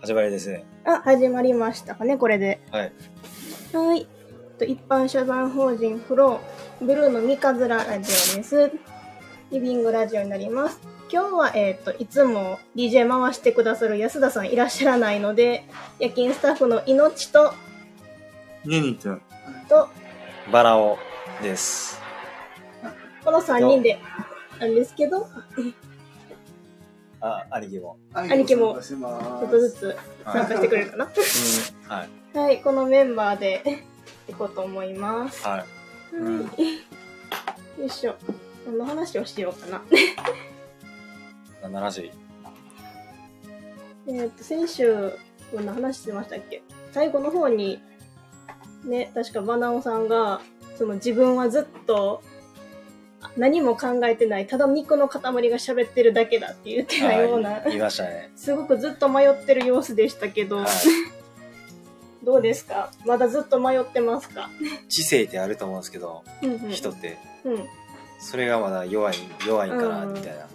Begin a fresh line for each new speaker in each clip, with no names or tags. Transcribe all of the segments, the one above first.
始まりですね。
あ、始まりましたかね、これで。
はい。
はい。と一般社団法人フロー、ブルーの三日面ラジオです。リビングラジオになります。今日は、えっ、と、いつも DJ 回してくださる安田さんいらっしゃらないので、夜勤スタッフの命と、
ねにくん。
と、
バラオです。
この3人で、なんですけど、
あ、兄貴も。
兄貴も
ちょ
ちょっとずつ 参加してくれるかな。
うん。はい。
はい、このメンバーで行こうと思います。
はい。
うん
はい。よいしょ。何の話をしようかな。
何の話
えっと、先週、こんな話してましたっけ最後の方に、ね、確かバナオさんが、その自分はずっと、あ何も考えてない、ただ肉の塊が喋ってるだけだって言ってたような、
はい言いましたね。
すごくずっと迷ってる様子でしたけど、
はい。
どうですかまだずっと迷ってますか
知性ってあると思うんですけど、
うんうん。
人って。
うん。
それがまだ弱い、弱いんかな、
うん
みたいな。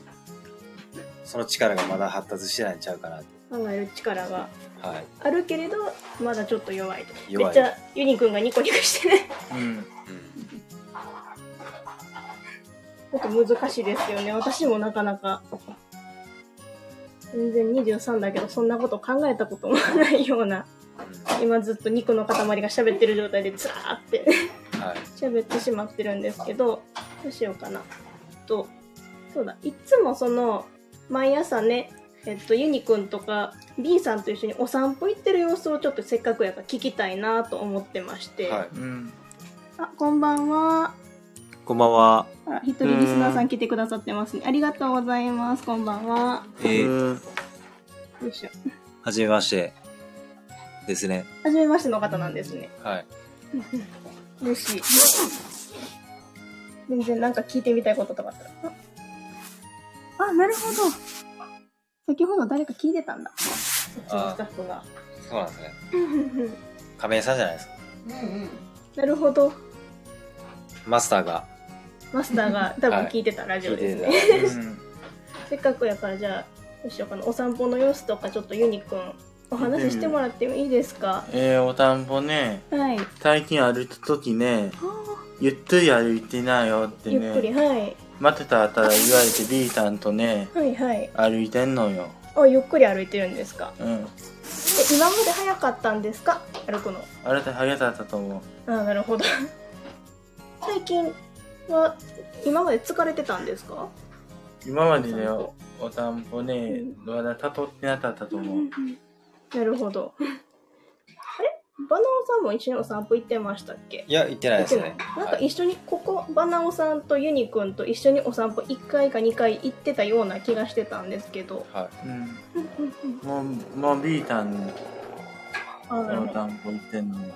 その力がまだ発達してないんちゃうかなって。
考える力が
はい。
あるけれど、まだちょっと弱い。め
弱
っ
い
ち。ゃユニくんがニコニコしてね。
うん。
うん
ちょっと難しいですよね。私もなかなか。全然23だけど、そんなこと考えたこともないような。今ずっと肉の塊が喋ってる状態で、つらーって
うんはい。
喋ってしまってるんですけど、どうしようかな。と、そうだ、いつもその、毎朝ね、えっと、ユニくんとか B さんと一緒にお散歩行ってる様子をちょっとせっかくやから聞きたいなと思ってまして。
はい。
うん。
あ、こんばんは。
こんばんは。
あ一人リスナーさん来てくださってますね。ありがとうございます。こんばんは。
えー、
ー、
よいしょ。
はじめまして。ですね。
はじめましての方なんですね。
はい。
嬉しい。全然なんか聞いてみたいこととかあったら。あ、あなるほど。先ほど誰か聞いてたんだ。そっちのスタッフが。
そうなんですね。
うんうんうん
亀井さんじゃないですか。
なるほど。
マスターが
マスター が多分
はい
聞いてたラジ
聞
オ
い
です
て
ね。
た。
せっかくやからじゃあ、どうしようかな。お散歩の様子とかちょっとユニくん、お話ししてもらってもいいですか、
えー、お田んぼね、
はい。あ
最近歩いた時ね、
ー
ゆっくり歩いてなよって
ゆっくり、
ね、
はい。
待ってたら言われて B さんとね、
はいはい。
歩いてんのよ。
あ、ゆっくり歩いてるんですか。
うん。
え、今まで早かったんですか歩くの。
あれって早かったと思
あーなるほど 最近は今まで疲れてたんですか
う。今まででおお田んぼね、まだたとってなかったと思う。
なるほど あれバナオさんも一緒にお散歩行ってましたっけ
いや、行ってないですね。
なんか
はい
一緒にここバナオさんとユニくんと一緒にお散歩1回か2回行ってたような気がしてたんですけど
はい。
うん。もう、もう B さんの
あ
お
なるほ
田
ど
んぼ行ってんのよ。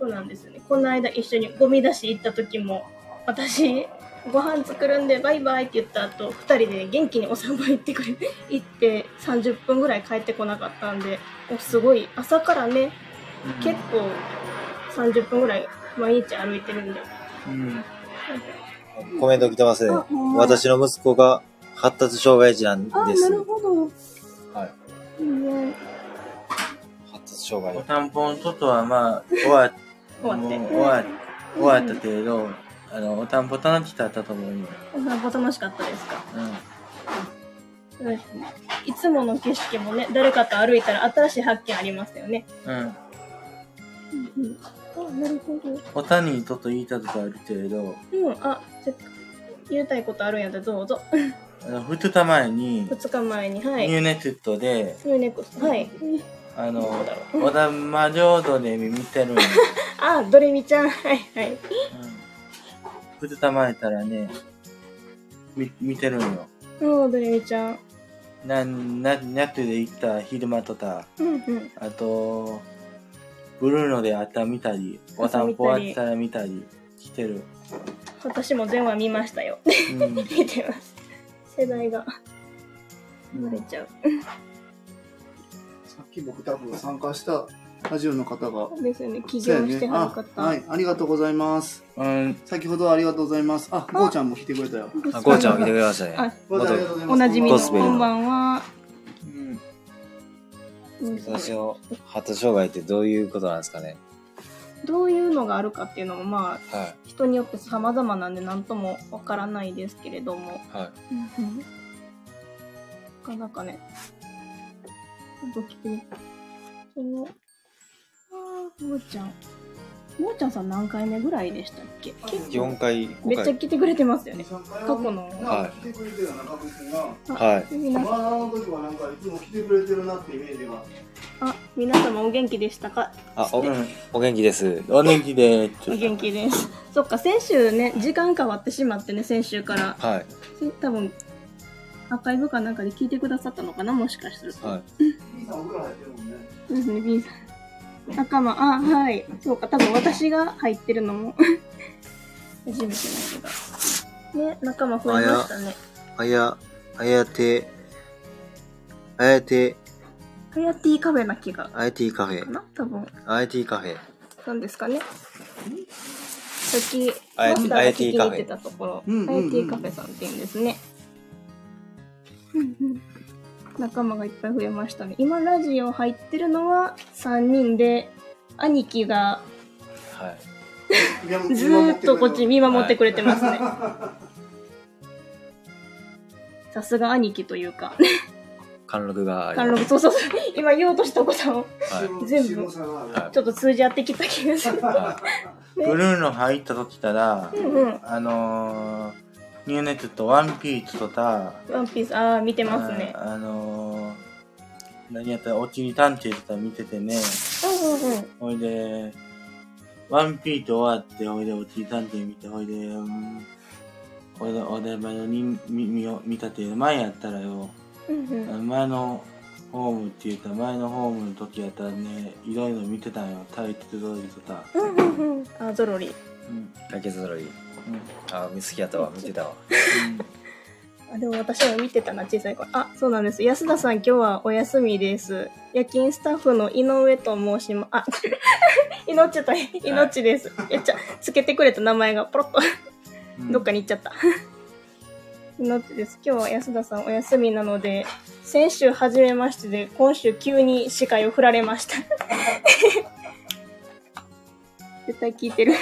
そうなんですよねこの間一緒にゴミ出し行った時も私ご飯作るんでバイバイって言った後2人で元気にお散歩行ってくれ行って30分ぐらい帰ってこなかったんでおすごい朝からね結構30分ぐらい毎日歩いてるんで
うん。
コメント来てますね
あほん。まや
私の息子が発達障害児なん
あ
です
な。るほど
はい。
いいね
発達障
お
害。
散歩の外はまあ終わっ
終わって
もう終わ終わったけれど、あのお散歩楽しかったと思うよ。
お散歩楽しかったですか
うん。
いつもの景色もね誰かと歩いたら新しい発見ありますよね
うん。
あなるほど
おたにちょっと言いたいことあるけれど、
うん、あ、せっ言いたいことあるんやったらどうぞ。
あの二日前に、
2日前に、は
ニ
い。
ュ
ニ
ーネクストで、
ューネクスト。はい。
あの
どうだろ、
おたま浄土で見てるんよ。
あ、ドレミちゃん。はい、はい。
うん。二日前やったらね、み見てるんよ。
うん、ドレミちゃん。
な、な、なくで行った昼間とか、
うん、うん。
あと、ブルーノであった見たり、お散歩あったら見たりしてる。
私も全話見ましたよ。
うん。
見てます。世代が。バレちゃう。
さっき僕多分参加したラジオの方が。
ですよね。起業してはる
そうやねあ
方。
はい、ありがとうございます。
うん。
先ほどはありがとうございます。あ、ゴーちゃんも来てくれたよ。
あ、こうちゃん来てくれました
あ
ね。
ゴーちゃんありがとうございます。
おなじみ
ド
の、
スベリ
こ
の
んばんは。
うん。
うんすごい
私の発達障害ってどういうことなんですかね。
どういうのがあるかっていうのもまあ
は
人によって様々なんで何ともわからないですけれども
い。はい。
なかなかね。ドキドキ。その、あーもーちゃん。もーちゃんさん何回目ぐらいでしたっけ結構、
4回、
め
5
っちゃ
回。
来てくれてますよね。
過
過去の
はい
来てくれてるよな確実にな
はい。
み
バ
な
ナナの時はなんかいつも来てくれてるなってイメージが
あ、皆様お元気でしたか
あ、
うん。
お、お元気です。
お元気でーす。
お元気です。そっか、先週ね、時間変わってしまってね、先週から。
はい。
せ多分、アーカイブかなんかで聞いてくださったのかな、もしかすると。
はい。
兄さんお風呂入ってるもんね
そうですね、B さん。仲間、あ、はい。そうか、多分私が入ってるのも、 初めてなんけど。ね、仲間増えましたね。
あや、あやて、あやて、
ハヤティカフェな気が。
あやてカフ
か
ェ、
な多分、
あやてカフェ。
なんですかね。さっき、
あや
マ
て
スターが聞きに行ってたところ、ハ
うんうんうん
ヤティカフェさんって言うんですね。うんうん。仲間がいっぱい増えましたね。今、ラジオ入ってるのは3人で、兄貴が
はい。
ずーっとこっち見守ってくれてますね。 さすが兄貴というか、
貫禄があり
貫
ま
禄、
す。
そうそうそう、今言おうとしたことを、
はい。
全部
全部さがある
は
ちょっと通じ合ってきた気が する。
はい
ブルーの入った時から、
うんうん。
あのー、ニューネットとワンピースとか、
ワンピース、ああ、見てますね。
ああのー、何やったら、おちり探偵とか見ててね、
うんうんうん。
ほいで、ワンピース終わって、ほいで、おちり探偵見て、ほいで、うんほいで、お台場のに見見よ見たて、前やったらよ、
うんうん。
前のホームっていうか、前のホームの時やったらね、いろいろ見てたんよ、タイトル通りとか。
うんうんうん。あー、ゾロリ。
うん
竹ぞろい。あ、好きやったわ。見てた わ。
あでも私も見てたな、小さい頃。あ、そうなんです。安田さん、今日はお休みです。夜勤スタッフの井上と申しま、あ、 いのっちと、いのっちです。やっちゃ、つけてくれた名前がポロッと。
うん
どっかに行っちゃった。 のっちです。今日は安田さんお休みなので、先週初めましてで、今週急に司会を振られました。 絶対聞いてる。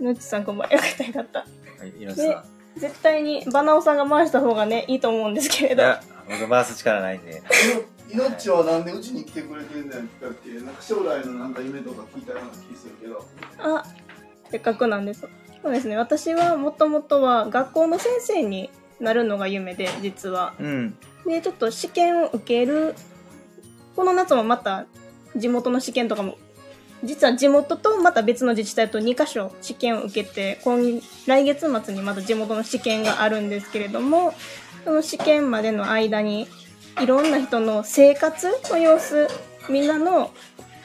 のっちさんこんばんは。よかったよかった。
はい、いろさ
絶対にバナオさんが回した方がね、いいと思うんですけれ
ん。い
ど。
や、僕回す力ないんで。
いのいのっちはなんでうちに来てくれてんだよっていうなんか将来のなんか夢とか聞いたような気するけど
あ、せっかくなんです。そうですね。私はもともとは学校の先生になるのが夢で、実は。
うん。
でちょっと試験を受けるこの夏もまた地元の試験とかも実は地元とまた別の自治体と2か所試験を受けて今来月末にまた地元の試験があるんですけれどもその試験までの間にいろんな人の生活の様子みんなの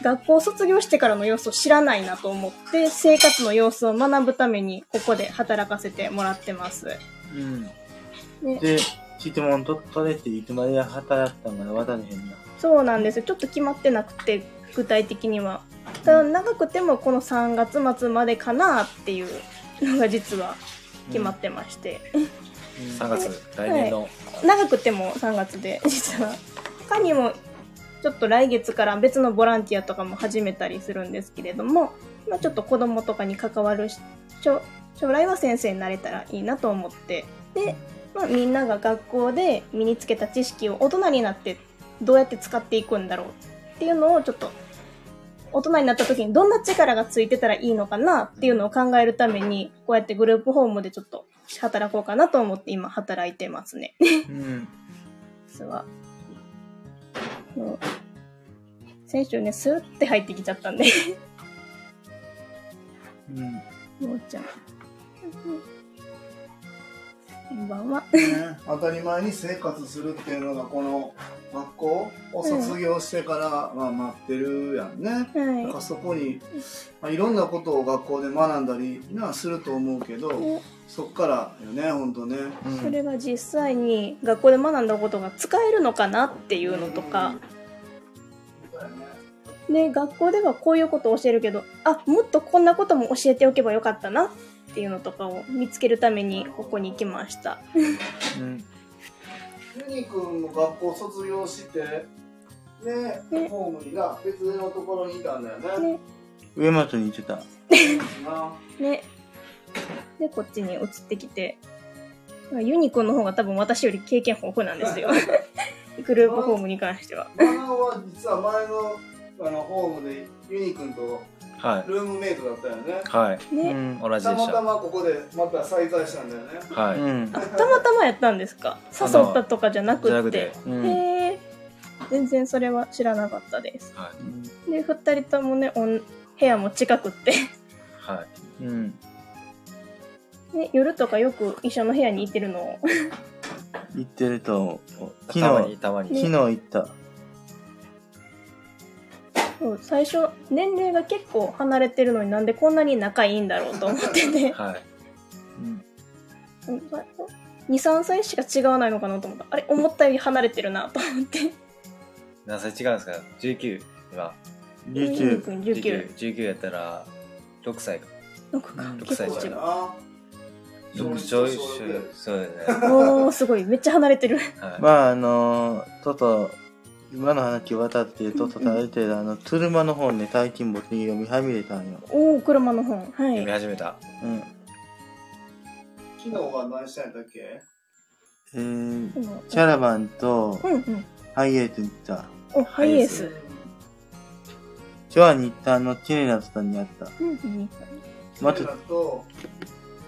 学校を卒業してからの様子を知らないなと思って生活の様子を学ぶためにここで働かせてもらってます。 ね
で、質問と取れていつまで働くかまで渡れへんな。
そうなんですよちょっと決まってなくて具体的にはただ長くてもこの3月末までかなっていうのが実は決まってまして、
3月、来年の。
長くても3月で 実は他にもちょっと来月から別のボランティアとかも始めたりするんですけれども、まあ、ちょっと子供とかに関わるし将将来は先生になれたらいいなと思ってで、まあ、みんなが学校で身につけた知識を大人になってどうやって使っていくんだろうっていうのをちょっと大人になった時にどんな力がついてたらいいのかなっていうのを考えるためにこうやってグループホームでちょっと働こうかなと思って今働いてますね。
うん。
実は。もう先週ね、スーって入ってきちゃったんで、
うん。
もうちゃん。こんばんは。
ね当たり前に生活するっていうのがこの学校を卒業してから、まあ、待ってるやんね。なん
は
かそこに、まあ、いろんなことを学校で学んだりなすると思うけど、
い。ね
そっからよねほんとね。
それが実際に学校で学んだことが使えるのかなっていうのとか、ね、学校ではこういうことを教えるけど、あ、もっとこんなことも教えておけばよかったなっていうのとかを見つけるためにここに来ました。
うん。
ユニくんも学校卒業してね
ね
ホームにな別のところにいたんだよね
ね
上松に行ってた。
な
ねでこっちに移ってきてユニコの方が多分私より経験豊富なんですよ グループホームに関しては
マナオは実は前のあのホームでユニ君と
は
ルームメイトだったよね
い。はい。
う
ね
ん。
同じで
たま
した
まここでまた再会したんだよね
た。は
う
い。
ん
あ。たまたまやったんですか誘ったとかじゃな
じゃな
く
く
ってて、
うん
へえ全然それは知らなかったです
は
で2人ともねおん部屋も近くって
い。はい。
うん。
ね、夜とかよく一緒の部屋にいてるのを
行ってると思う、昨
たま
日
に、、たまに。
昨日行った。
そう最初年齢が結構離れてるのになんでこんなに仲いいんだろうと思ってて
はい。
うん。
23歳しか違わないのかなと思ったあれ思ったより離れてるなと思って
何歳違うんですか ?19 今。
琉
ゆう
球。
くん19
19やったら、6歳か。
の子か
うん
結構
六
違
歳
う
な
6
小
歳
一と小六
そうですね。
おーすごいめっちゃ離れて る
はい。
まあ、あのー、トト、今の話渡って、トトとある程度、あの、トゥルマの本ね、大金没に読みはみ出たんよ。
おお車の本は
読み
い
始めた。
うん。
昨日は何したんやったっけ
えー、
うん
キャラバンと
うんうん
ハイエートに行った。
おハイエース
ジョアに行ったあの、ティレナスさんに会った。
うんうん
ま
テ
た
レラと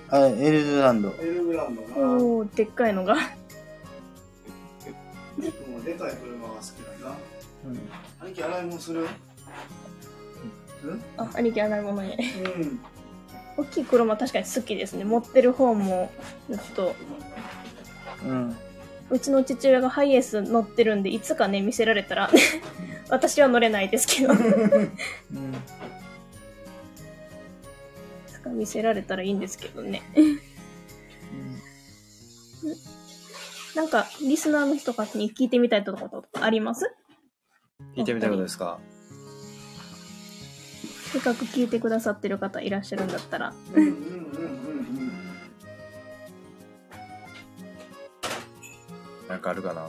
あ、エルズランド。
エルグランドな
おおでっかいのが
ユニ君もでかい車が好きだな
うん
兄貴洗い物するうん
あ兄貴洗い物に
うん
大きい車確かに好きですね持ってる方もずっと
うん。
うちの父親がハイエース乗ってるんでいつかね見 せられたら私は乗れないですけどい
うん。
つか見せられたらいいんですけどねなんかリスナーの人とかに聞いてみたいこととかあります
聞いてみたいことですか
せっかく聞いてくださってる方いらっしゃるんだったら
うんうんうん
なんかある かな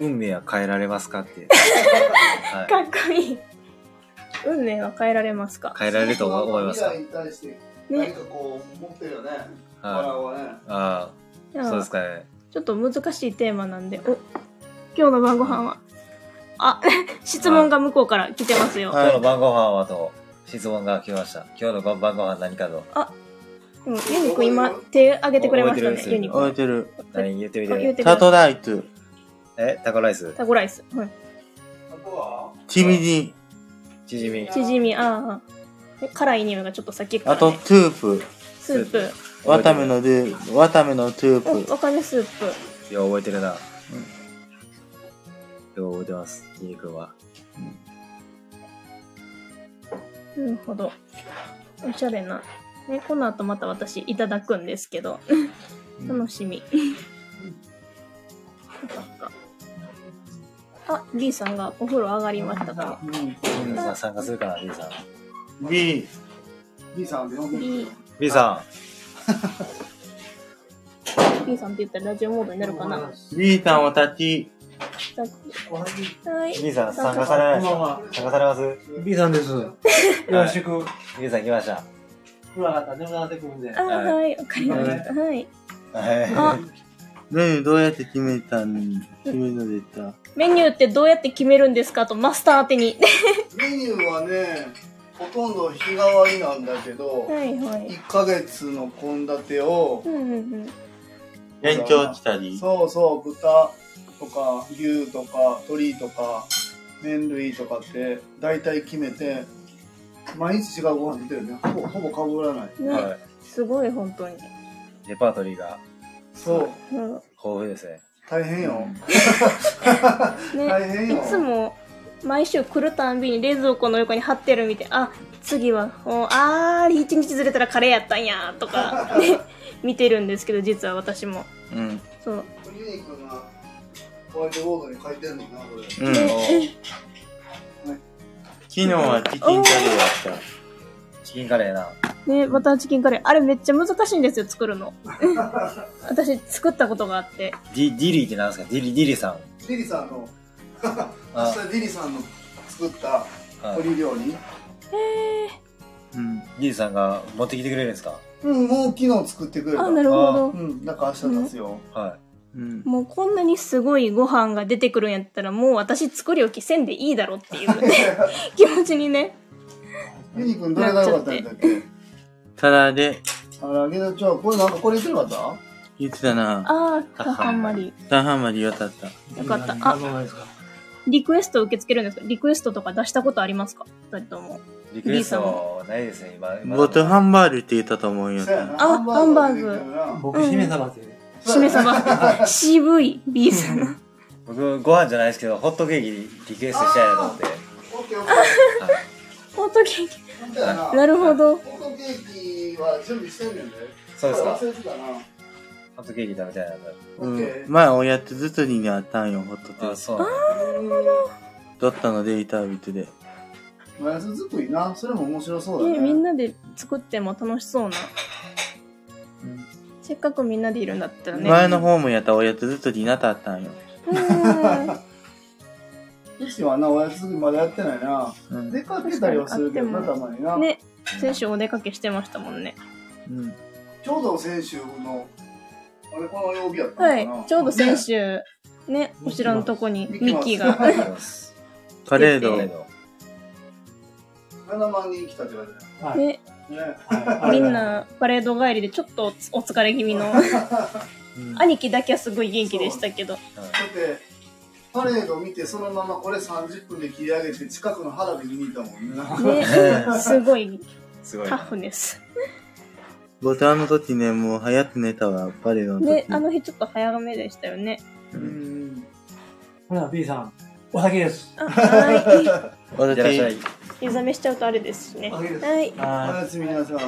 運命は変えられますかって。
か
はい。
っこいい運命は変えられますか
変えられると思思いますか
未来に対して何
ね
かこう持ってるよねマナ
は
オはね
い。あ
じ
あ、
ゃ
そうで
あ
すかね。
ちょっと難しいテーマなんでお今日の晩ご飯はあ 質問が向こうから来てますよ、
はい
今日の晩ご飯はと質問が来ました。今日の晩ご飯何かと。
うん、ユニコ今手挙げてくれました
覚えて
ね、
る
ユニコ
覚え。てる。
何言ってみ。
あ言っててく
タ
だ
ト
さい。
ライト、
え、タコライス
タコライス。はい。
あとは
チビジ
チヂミ。
チヂミ、ああ。で辛い匂いがちょっと先
ン、
か
あ
ら、
と
ね。
トゥープ、
スープ。
ワタメのドゥ、ワタメのトゥー
お、
プ。
お金スープ。
いや、覚えてるな。よう覚えてます。きにくんは。
なるほど。おしゃれな。ね、この後また私いただくんですけど。楽しみ。よかったあ、D さんがお風呂上がりましたか
きにくんは参加するかな、B さん。
B、
B さんで呼んで
ね。
みる
B、
B さ
B さんって言ったらラジオモードになるかな。
B さんお立ち。
さっ
おはよ
きはい。
ん。B さん、参加されないです
こんばん
か
は
参加されます
B さんです。よ
ろし
く。は
?B さん来ました。
い、今から眠くなってくるんで
あ、はい、わかりました。はい。
は
あ、
メニューどうやって決めたん決めるので言っ
メニューってどうやって決めるんですかとマスター宛てに。
うメニューはねほとんど日替わりなんだけど
はいはい。
1ヶ月の献立を
うんうんうん。
た。延長したり。
そうそう豚とか牛とか鶏とか麺類とかって大体決めて毎日違うご飯出てるねほぼほぼ被らない
い。
ね、
は
すごい本当に。
い。レパートリーが
そ
う
う
ん、ね、
豊富ですね。
大変よ大
い
変よ
つも毎週来るたんびに冷蔵庫の横に貼ってる見て、あ、次はおあー一日ずれたらカレーやったんやとか、ね、見てるんですけど実は私も。
うん。
そう。
ユニークなホワイトボードに書いてるのかなこれ
うん。昨日はチキンカレーやっ
チキンカレーな。
ね、バターチキンカレー。あれめっちゃ難しいんですよ、作るの。私、作ったことがあって。
ディディリーって何ですかディリディリさん。
ディリさんの
あ
明日ディリさんの作った
はい、デ
鶏料理
うん。
ィリさんが持ってきてくれるんですか
うんもう昨日作ってくれた
あ、なるほど
う。んだから明日出すよ、
は
うん。
もうこんなにすごいご飯が出てくるんやったら、もう私作り置きせんでいいだろっていうね気持ちにね。
ユニくんどれが良かったんだっけ
ただで、
あら、ゲダちゃん、これなんかこれ言ってなかっ
言ってたな。
ああ、たはんまり。
タンハンまで渡った。
た
よかった
あ、そうなんですか。
リクエスト受け付けるんですかリクエストとか出したことありますか二人とも。
い。リクエストないですね、今。今
ボトハンバーグって言ったと思うよ。
そうやな。
あ
僕、
うん
しめ鯖っていう。
しめ鯖。渋い B さんの。
僕、ご飯じゃないですけど、ホットケーキリクエストしたいなと思って。
オッケーオッケ
ホットケーキ。
ー。そうやな。
なるほど。
ホットケーキは準備してんねんで。
そうですか
忘。れてたな。
ホットケーキ食べたいなと。
オ
う
ッケ
ん。
ー。
前、おやつずつになったんよ、ホットケ
あ、
ーキ。
そうなんだ。
だったので、イタービットで。
おやつ作りな。それも面白そうだ
ね、
ね。
みんなで作っても楽しそうな。せっかくみんなでいるんだったらね。
前のホームやったらおやつずつになったったんよ。
うーん
うちはな、おやつ作りまだやってないな。
うん。
出かけたりはするけどな、
確か
たまにな。
ね、選手お出かけしてましたもんね。
うん。
ちょうど先週の、あれ、この曜日やったの
は
か
い
な。、
ちょうど先
ね
週、ね、お城のとこに
ミ
ミッキー
あ
が。
りがとうございます。
パレー
ど
ド
う
を。
7万人来たって言われて
はい。
ね、
たよ
み
ね。
んなパレード帰りでちょっとお疲れ気味の
うん
兄貴だけはすごい元気でしたけど
はい
だってパレード見てそのまま俺30分で切り上げて近くの花火見に行ったもんね
ね
ね
すごい
すごい
タ
な。
フです
ボタンの時ね、もう早く寝たわ、パレードの
ね
時。
あの日ちょっと早めでしたよね
うん
ほな、B さん、お酒です。
あは
じゃあいらっ
私
し、ゃい。
い湯冷めしちゃうとあれですしね
お酒です。
はい
お
あ
やすみなさい
ー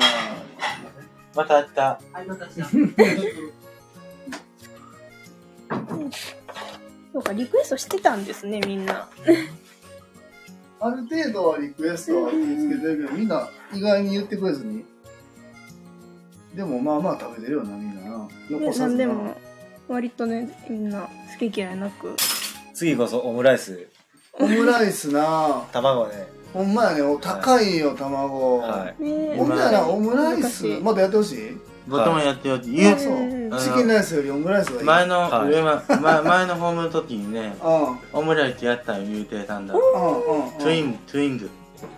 また明日。
そうかリクエストしてたんですねみんな
ある程度はリクエストは受け付けてるけどみんな意外に言ってくれずにでもまあまあ食べてるよなみんなな
ね
残さ
何
ず
で
な
も割とねみんな好き嫌いなく
次こそオムライス。
オムライスな
卵ね。
ほんまやねお高いよ卵、
はい。
ね
ほんならオムライ
難し
ス
い
まだやってほしい
ボタンもやってよって言
ね
う。
そう
うん
チキンライスよりオムライスがいい
前の、
はい
上は前 前のホームの時にね、
うんうん
オムライスやったんよ、言うてたんだ。
うんうん
トゥイング、トゥイング。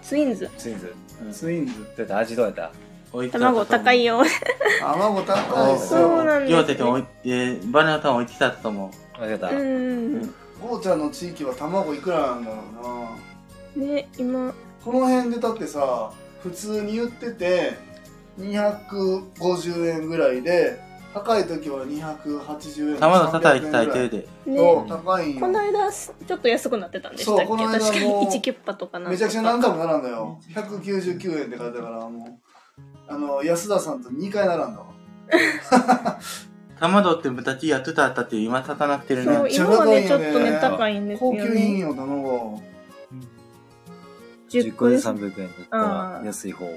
ツインズ
ツインズ。
ツインズ
どうやった味どうやった
置いてたと思
卵
う
高い。よ
卵高いっす
そう
よ
なんですね
岩手県置いえー、バナナタウン置いてたと思う。
ありがとう
う
ござい
ん
ゴーちゃんの地域は卵いくらなんだろうな
ね今
この辺でだってさ普通に言ってて250円ぐらいで高い時は280円
卵叩い
300
て
円ぐ
炊いて
らい
るで。
ね
そう高いん
この
よ
間ちょっと安くなってたんでしたっ
そ
け
うこの間
確かに
もう
1キュッパとかなん
め
とか
ちゃくちゃ何回も並んだよ199円って書いてたからもうあの安田さんと2回並んだわ
卵って昔やってたったって今叩かなってる
そ
ね
う。
めちゃ
今
高
は
い
ね
よね
ちょっとね高いんですよ
高級品
ね
よ卵
ます。
10個ですあ
300円だった
あ
ら
ー
安い方。
え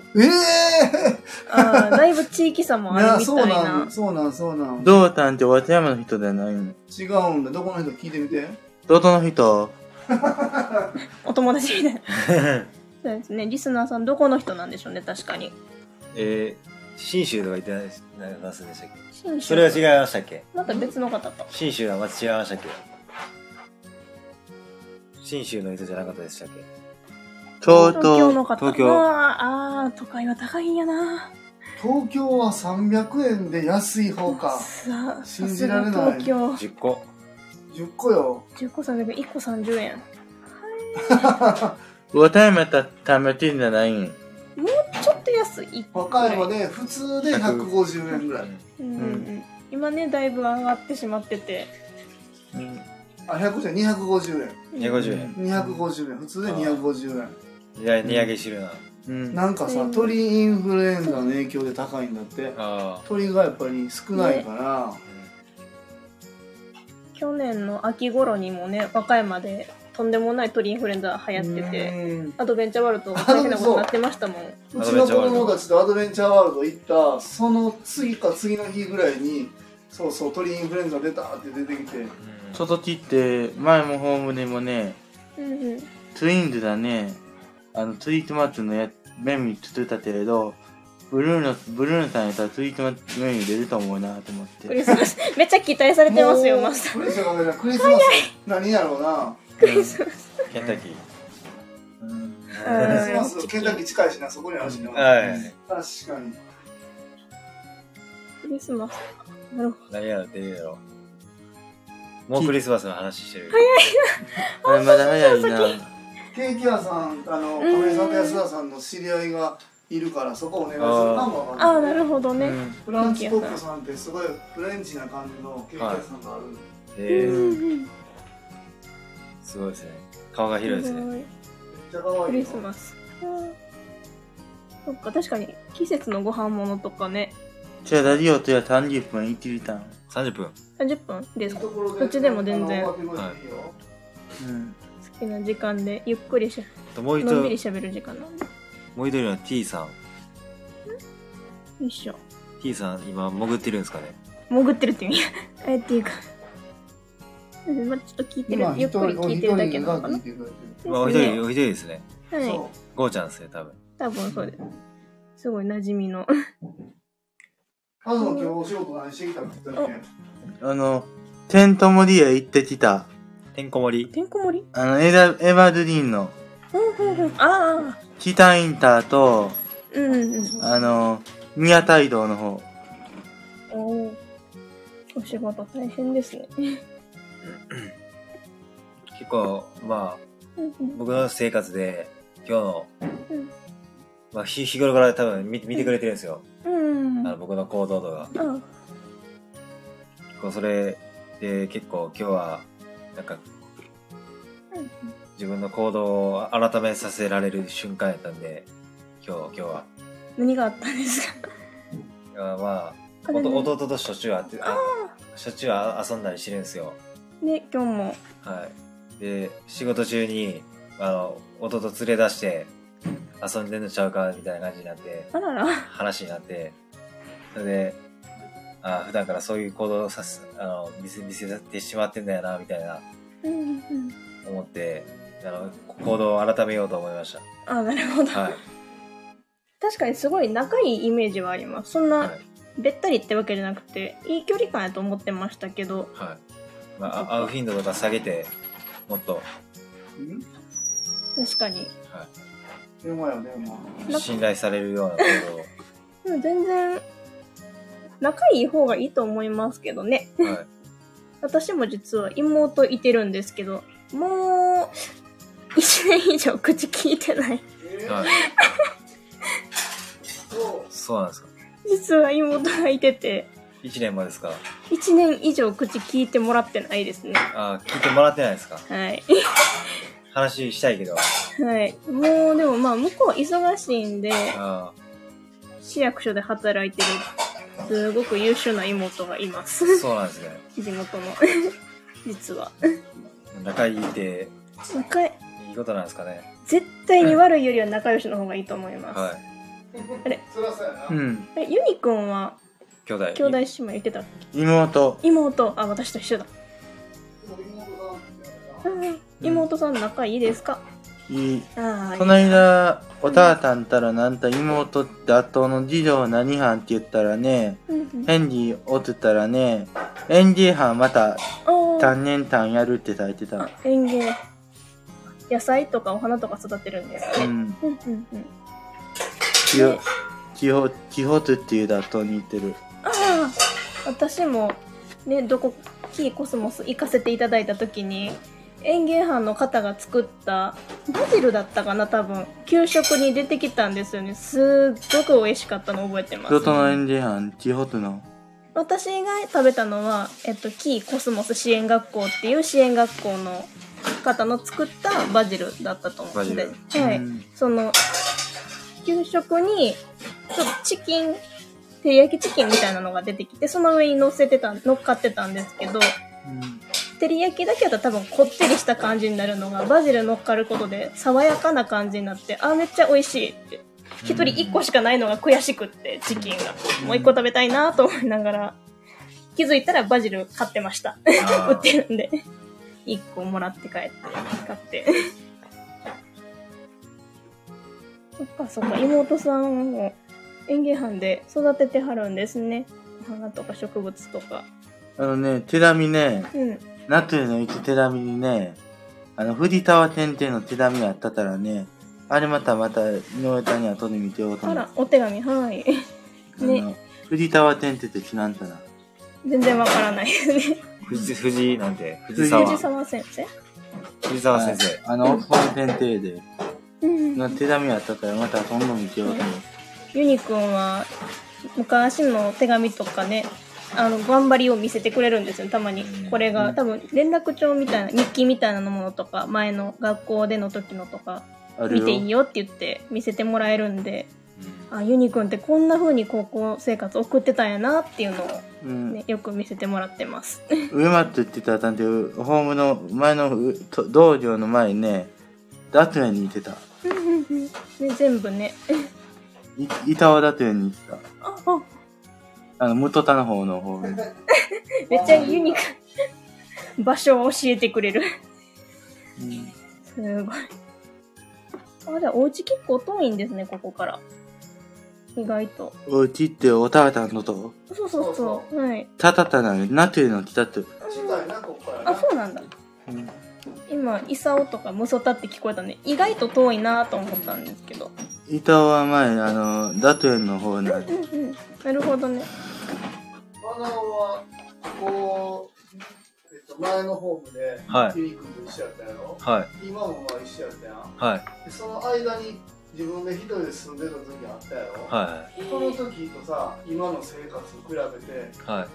あだいぶ地域差
え
もある
ー、
み
そう
たい
な
なん
そうなんそうなん
どうたんって和歌山の人じゃないの。
違うんだどこの人聞いてみて
どこの人
お友達みたいな そうですねリスナーさんどこの人なんでしょうね確かに
えー、信州とか言ってないますでしたっけ
信州
それは違いましたっけ
また別の方と
信州はまた違いましたっけ信州の人じゃなかったでしたっけ
東
東京の
東
方
東京
あーあー都会は高いんやな
東京は300円で安い方か
さ
信じられない
さすが東京
?10 個。
10 個よ
10個300円1個30円
和歌山やったら食べてるんじゃないん。
ちょっと安い
和歌山で普通で150円ぐらい
うんうんうん今ねだいぶ上がってしまってて
うん
あ100じゃない250円
250円。
250円普通で250円
いや、値上げしてるな。
うん。
なんかさ
うん
鳥インフルエンザの影響で高いんだって
あ
鳥がやっぱり少ないから、
あ。
去年の秋頃にもね和歌山でとんでもない鳥インフルエンザ流行ってて、
うん
アドベンチャーワールド大変なことになってましたもん。
うちの子供たちとアドベンチャーワールド行ったその次か次の日ぐらいにそうそう鳥インフルエンザ出たって出てきて
トトチって、前もホームでもね、
うんうん。
トゥインズだね、あの、トゥイートマットのや、メニュー作ったけれど、ブルーの、ブルーノさんやったらトゥイートマットメニュー出ると思うなと思っ
ク
て。
リスマス。めっちゃ期待されてますよ、マスター。
クリスマスクリスマス何やろうな
クリスマス。
ケンタッキー。
クリス
う
マ
ん
スケンタッキー近いしなそこにあるしな、
はい。
確かに
クリスマス。なるほど。
何やろ、出るやろ。もうクリスマスの話してる。
あれまだ早いな。
ケーキ屋さんあの亀井さんと安田さんの知り合いがいるからそこお願いするかもわ
あ
か
あ、
んな
ないるほどね。
うん
フランチポップさんってすごいフレンチな感じのケーキ屋さんがある、
え
うん
ー、
うん
すごいですね。顔が広いですね。
めっちゃ可
ク
愛い
リ
よ
スマス。うんそっか、確かに季節のご飯ものとかね、
じゃあ、ラジオとや30分行ってみたん。
30分。
30分ですか
ところ
どっちでも全然
あの終わってもいいよ
うん。
好きな時間でゆっくりし
ともう一
のんびり
人、
喋る時間なんで。よ
もう一人の T さん。
いしょ。
T さん、今、潜ってるんですかね。
潜ってるって意味。 えっていうか。まあちょっと聞いてる、ゆっくり聞いてるだけなのかな。
てくれて
まあ、お一人、お一人ですね。
る
はい。
そ
ゴーちゃんですね、多分。
多分そうです。すごい馴染みの。
う。あずま今日お仕事何してきたって言ったっけ
あの、テントモリア行ってきた。
てんこ盛り。
てんこ盛り
あの、エヴァエヴァドリーンの、
ああ。
キタインターと、
うんうん
あの、宮台道の方。
うん。おーお仕事大変ですね。
結構、まあ、
うんうん
僕の生活で、今日の
うん、
まあ、日日頃から多分見て見てくれてるんですよ。
うん。
あの僕の行動とか。
あ
こうそれで結構今日は、なんか、
うん
自分の行動を改めさせられる瞬間やったんで、今日、今日は。
何があったんですか
いやまあ、
あ
お
れね
と弟としょっちゅう会って、あしょっちゅうあ遊んだりしてるんですよ。
ね、今日も。
はい。で、仕事中に、あの、弟連れ出して、遊んでんのちゃうか、みたいな感じになって、
あらら。
話になって、それで、あ普段からそういう行動をさす、あの、見せ、見せてしまってんだよな、みたいな、
うんうん。
思って、あの、行動を改めようと思いまし
あ、なるほど。
た。はい。
確かにすごい仲いいイメージはあります。そん
は。
ないべったりってわけじゃなくて、いい距離感やと思ってましたけど、
はい。まあ、あ会う頻度とか下げて、もっと、
うん
確かに。
は
電話や電話。
い。信頼されるような行
でも全然、仲いい方がいいと思いますけどね。
動を。はい。
私も実は妹いてるんですけど、もう、一年以上口聞いてない。
えー
はい。
そ
そうなんですか。
実は妹がいてて、
一年もですか。
一年以上口聞いてもらってないですね。
あ聞いてもらってないですか。
はい。
話したいけど。
はい。もう、でもまあ、向こう忙しいんで、
あ
市役所で働いてる、すごく優秀な妹がいます。
そうなんですね。
地元の。 実は。
仲いいって、
仲い
いいことなんですかね。
絶対に悪いよりは仲良しの方がいいと思います。
はい。
うそりゃそうやな。
うん。
えユニくんは
兄弟。
兄弟姉妹言ってた
妹。
妹あ私と一緒だ、
で
うん、妹さん仲いいですか
いい。
ああ
この間、おたあたんたらなんた妹って後の次女何班って言ったらね、
うんうん
ヘンリーおってたらね、園芸班また
あ
単年単やるってされてた。
ー園芸野菜とかお花とか育てるんです
う
ね、
ん。
うんうんうん、
キホ、キホ、キホトっていうだと似てる。
ああ私もねどこキーコスモス行かせていただいた時に園芸班の方が作ったバジルだったかな多分給食に出てきたんですよねすっごく美味しかったの覚えてます
京都の園芸班、キホトの。
私が食べたのは、えっと、キーコスモス支援学校っていう支援学校の方の作ったバジルだったと思う
バジル
ではい、
うん
その給食にちょっとチキン照り焼きチキンみたいなのが出てきてその上に乗せてた乗っかってたんですけど照り焼きだけだと多分こってりした感じになるのがバジル乗っかることで爽やかな感じになってあーめっちゃ美味しいって一人一個しかないのが悔しくってチキンがもう一個食べたいなと思いながら気づいたらバジル買ってました売 ってるんで一個もらって帰って買ってそっかそっか妹さんも園芸班で育ててはるんですねお花とか植物とか
あのね、手紙ね、
うん
ナトゥの一手紙にね、あの、藤沢天帝の手紙があったからね、あれまたまた井上さんに後で見てようと
あ
思う。
らお手紙はい
あの
ね
藤沢天帝ってちなんだな。
全然わからないですね
藤、藤井なんて、藤
藤
沢。
藤沢先生
藤沢先生。
あの、オックフォード天帝で、
うん
の手紙があったからまたそんの見てようと思う。
ユニくんは昔の手紙とかねあの頑張りを見せてくれるんですよたまにこれが多分連絡帳みたいな日記みたいなものとか前の学校での時のとか
ある
見
よ。
ていいよって言って見せてもらえるんで
うん
あユニくんってこんな風に高校生活送ってたんやなっていうのを、
うん。
ね、よく見せてもらってます
上松って言ったら探偵、ホームの前のうと道場の前にね、ダトゥエにいてた。
ね全部ね
い板尾ダトゥエにいてた。
ああ
あの、元田の方のホーム。
めっちゃユニくん場所を教えてくれる
うん
すごい。あ、じゃあお家結構遠いんですね、ここから。意外と。
おうちっておたわたんのと、
そうそう
そ
そうう。はい。
たたたなの、なというの来たと。
近いなここからな
あ、そうなんだ。
うん
今、イサオとかムソタって聞こえたね。意外と遠いなと思ったんですけど。
板尾は前、あの、ダトゥエの方な
うんうん。なるほどね。
あのはこう、えっと、前のホームで
はい。
ユニ君と一緒やったやろ
はい。
今もまあ一緒やったやん
はい。
でその間に自分で一人で住んでた時あったやろ、
は
この時とさ今の生活を比べて
い。はい。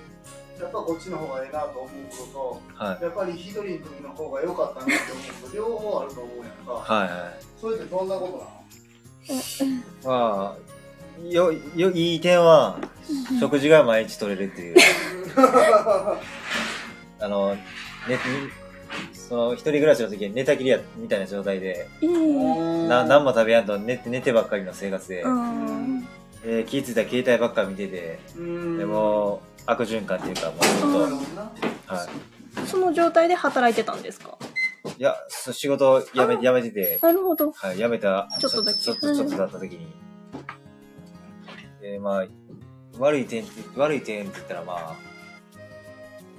やっぱこっちの方がええなと思うこ
はい
と。とやっぱり一人の時の方が良かったなって思うこと両方あると思うやんか、
はい。はい。
それってどんなこと
まあ、よ、よ、いい点は、食事が毎日取れるっていう。
なの
あの、寝その、一人暮らしの時に寝たきりや、みたいな状態で、
ええ
な、何も食べやんと寝て、寝てばっかりの生活で
あ、
えー気ぃついたら携帯ばっか見てて、
うん
でも、悪循環っていうか、もうずっ
なる
と、
ほどな
は
ーその状態で働いてたんですか
い。いや、そ仕事やめ、
あ
やめてて、
なるほど。
はい、やめた、
ちょっとだけ
ちょっと、ちょっとだった時に。えー、まあ、悪い点って、悪い点って言ったらまあ、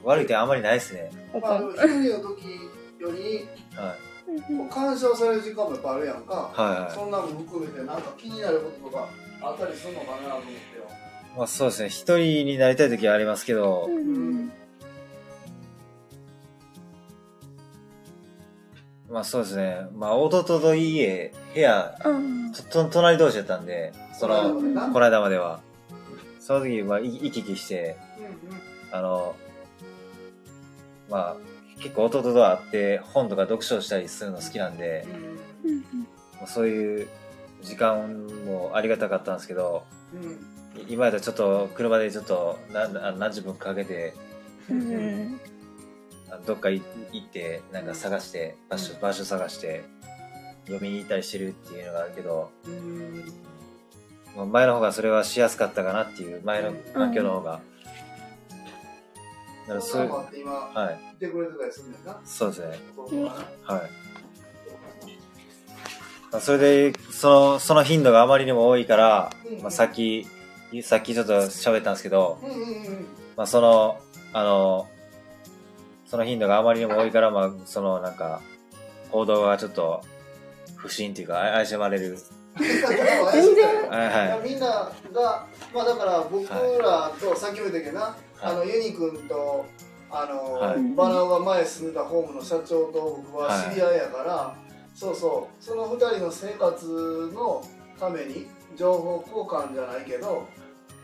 悪い点あんまりないですね。
お
ま
か
あで
ん
も。一人の時より
はい。
うんうん
干渉される時間もやっぱあるやんか、
はい
そんなのも含めてなんか気になることとかあったりするのかなと思ってよ
まあそうですね、一人になりたい時はありますけど、
うん
まあそうですね、まあ弟と家、部屋、
あー
と、と隣同士だったんで、その、
うん
この間までは。その時、まあ、い行き来して、あの、まあ、結構弟と会って本とか読書したりするの好きなんで、まあそういう時間もありがたかったんですけど、
うんうん
い今やったらちょっと車でちょっと何な何十分かけて、
うんうん
あどっかい行って、なんか探して、場所、場所探して、読みに行ったりしてるっていうのがあるけど、
うん
まあ前の方がそれはしやすかったかなっていう、前の環境の方が。だから
そ
そ
ん
う
ないの
う、
もあって今
はい、
言ってくれてたりするんだよな
そうですね、
弟がな
はい。まあ、それで、その、その頻度があまりにも多いから
うん、
まあ、さっき、さっきちょっと喋ったんですけど、
うんうんうん
まあ、その、あの、その頻度があまりにも多いから、まあ、その、なんか、行動がちょっと、不審というか、あ怪しまれる。
全然
はいはい。
みんながまあだから僕らとさっきも言ったけどなあのユニ君とあ
はい
のバナオが前住んでたホームの社長と僕は知り合いやからそうそうその二人の生活のために情報交換じゃないけど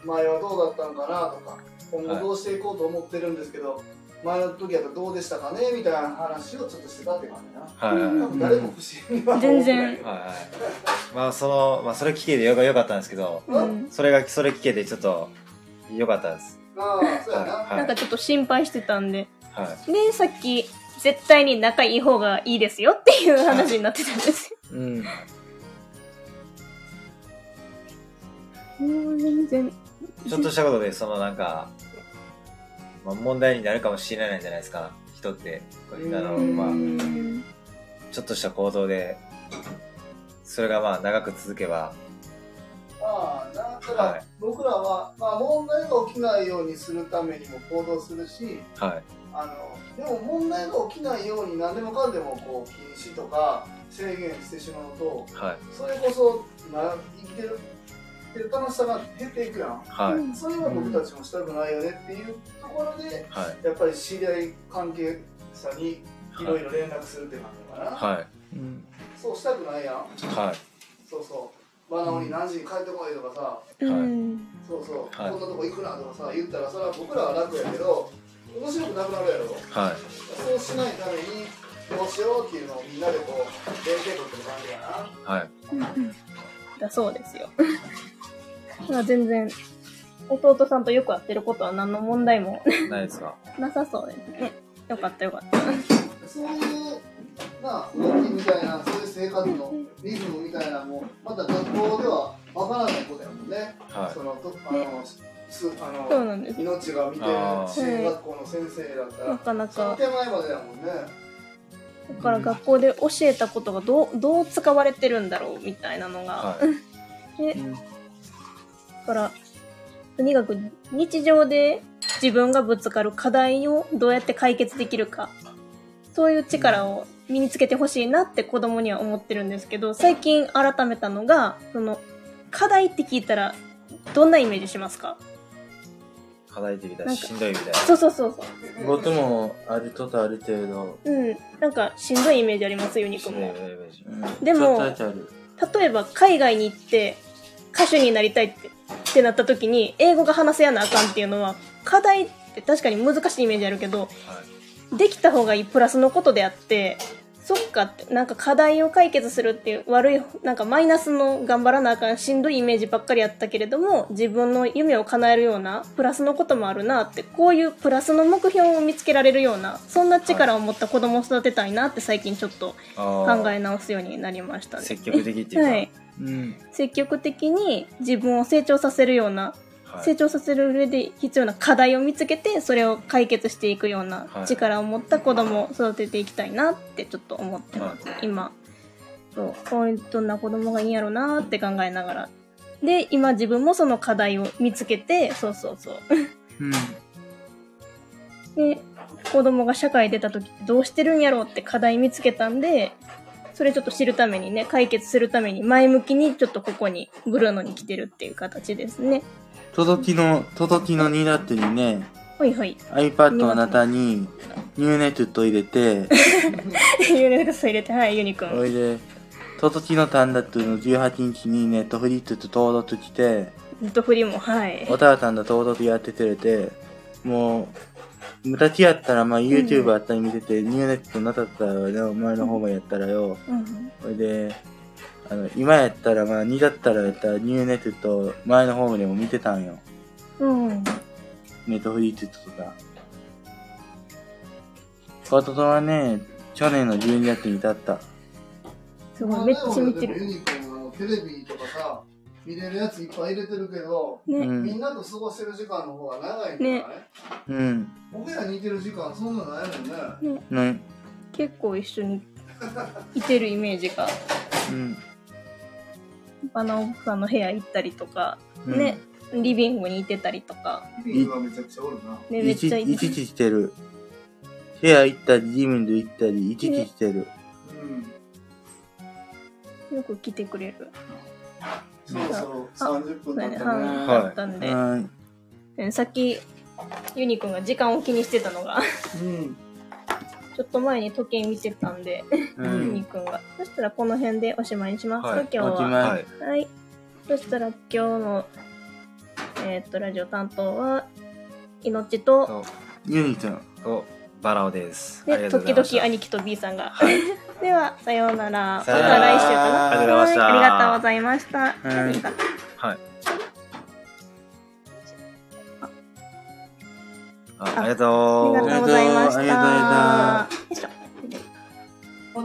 前はどうだったのかなとか今後どうしていこうと思ってるんですけど前の時やったらどうでしたかねみたいな話をちょっとしてたって感じな
はいはいはい。
多分誰も不審には思ってない
全然
はいはい。まあ、その、まあ、それ聞けてよかよかったんですけど、
うん
それが、それ聞けてちょっと、よかったです。
ああそうやな
はい
なんかちょっと心配してたんで、
は
で、さっき、絶対に仲いい方がいいですよっていう話になってたんですよ。
うん。
もう全然。
い。ちょっとしたことで、そのなんか、まあ、問題になるかもしれないじゃないですか。人って。あの、
うん
まあ
う、ん
ちょっとした行動で、それがまあ長く続けば、
まあ、だか
は
ら僕らは、まあ、問題が起きないようにするためにも行動するし
はい。
あのでも問題が起きないように何でもかんでもこう禁止とか制限してしまうと
はい。
それこそな生きてる生きてる楽しさが減っていくやん
はい。
うん
それは僕たちもしたくないよねっていうところで
はい。
やっぱり知り合い関係者にいろ
はいい。
ろ連絡するって感じかな、
はい。
うん。
そうしたくないやん
はい。
そうそうバナオに何時に帰ってこいとかさ、
うん。
そうそう、
はい
こんなとこ行くなとかさ言ったらさ僕らは楽やけど面白くなくなるやろ
はい。
そうしないためにどうしようっていうのをみんなでこう連携取ってる感じやな
はい。
だそうです よ。だから全然、弟さんとよくやってることは何の問題も
ないですか
なさそうですね。よかったよかった。
そういうな動きみたいなそういう生活のリズムみたいなのもまた学校ではわからないことやもんね、
は
そのとあのすあ
そう
の
なんです。
命が見てる
あー
支援学校の先生だった
な
ら
かな
その
か、
手前までやもんね
だから学校で教えたことがどう、どう使われてるんだろうみたいなの
い。
が、
はい。
で、だから、とにかく日常で自分がぶつかる課題をどうやって解決できるか、そういう力を身につけてほしいなって子供には思ってるんですけど、最近改めたのが、その、課題って聞いたら、どんなイメージしますか
課題的だし、しんどいみたいな。
そうそうそう
僕もあるちょっとある程度、
そう。うん。なんか、しんどいイメージあります、ユニ
し
コ
んどい
も
イメ。ージ。
うん、
でも
ちょっとだけある。
例えば、海外に行って、歌手になりたいって、ってなった時に、英語が話せやなあかんっていうのは、課題って確かに難しいイメージあるけど、
はい。
できた方がいいプラスのことであってそっかってなんか課題を解決するっていう悪いなんかマイナスの頑張らなあかんしんどいイメージばっかりやったけれども自分の夢を叶えるようなプラスのこともあるなってこういうプラスの目標を見つけられるようなそんな力を持った子供を育てたいなって最近ちょっと考
あ
え直すようになりました
あ。
ね。
積極的っていうか。
はい、
うん。
積極的に自分を成長させるような
はい。
成長させる上で必要な課題を見つけてそれを解決していくような
はい
力を持った子供を育てていきたいなってちょっと思ってます、今そうこういうどんな子供がいいんやろうなって考えながらで今自分もその課題を見つけてそうそうそう
うん。
で子供が社会出た時ってどうしてるんやろうって課題見つけたんでそれちょっと知るためにね解決するために前向きにちょっとここにブルーノに来てるっていう形ですね
届きの、届きの2だってにね、
はいはい
iPad の中に、ニューネクト入れて、
ユニクス入れてはいユニくん
おいで、届きの3だっての18日にネットフリックス登録して、
ネットフリもはい。
おたあさんと登録やってくれて、もう、昔やったら、まあ、YouTube あったり見てて、ニューネットなかったらよ、お前の方もやったらよ、
うん、
それで、あの、今やったら、まあ、2だったらやったら、ニューネットと前のホームでも見てたんよ。
うん、
ネットフリーツとか。パトトはね、去年の12月に至った。
すごいめっちゃ見てる
ユニコーンのテレビとかさ見れるやついっぱい入れてるけど、
う
ね、
み
ん。
んなと過ごせる時間の方が長いんだからね
うん。
僕ら似てる時間そんなないもんね
ね。
結構一緒にいてるイメージが
うん。
バナオさんの部屋行ったりとか、
うん
ね。リビングにいてたりとか、
リビングはめちゃくちゃおるな
ね、め
い
っ
ち、
ちゃい
い
て
ちいちしてる。部屋行ったり、ジムで行ったり、いちいちしてる。
うん
よく来てくれる
そろそろ30分
そうや
経っ
ね
た
反
ね
応だったんで、
はい。
うんさっきユニくんが時間を気にしてたのが
うん
ちょっと前に時計見てたんで、
う
ユニ
ん。
くんがそしたらこの辺でおしまいにしますか、
はい
今日は
おしまい
はい。
はい。そしたら今日の、えーっと、ラジオ担当は、命と、
と、
ユニちゃん。
と、バラオです。あり
で、
がとうござ
時
いました
々兄貴と B さんが。
はい。
では、さようなら。ま
さ
た
ようなら
来週かな。
ありがとうございました
はありがとうございました。何
い
が
はい。
あありがとう。
ありがとうございました。
ありがとうございま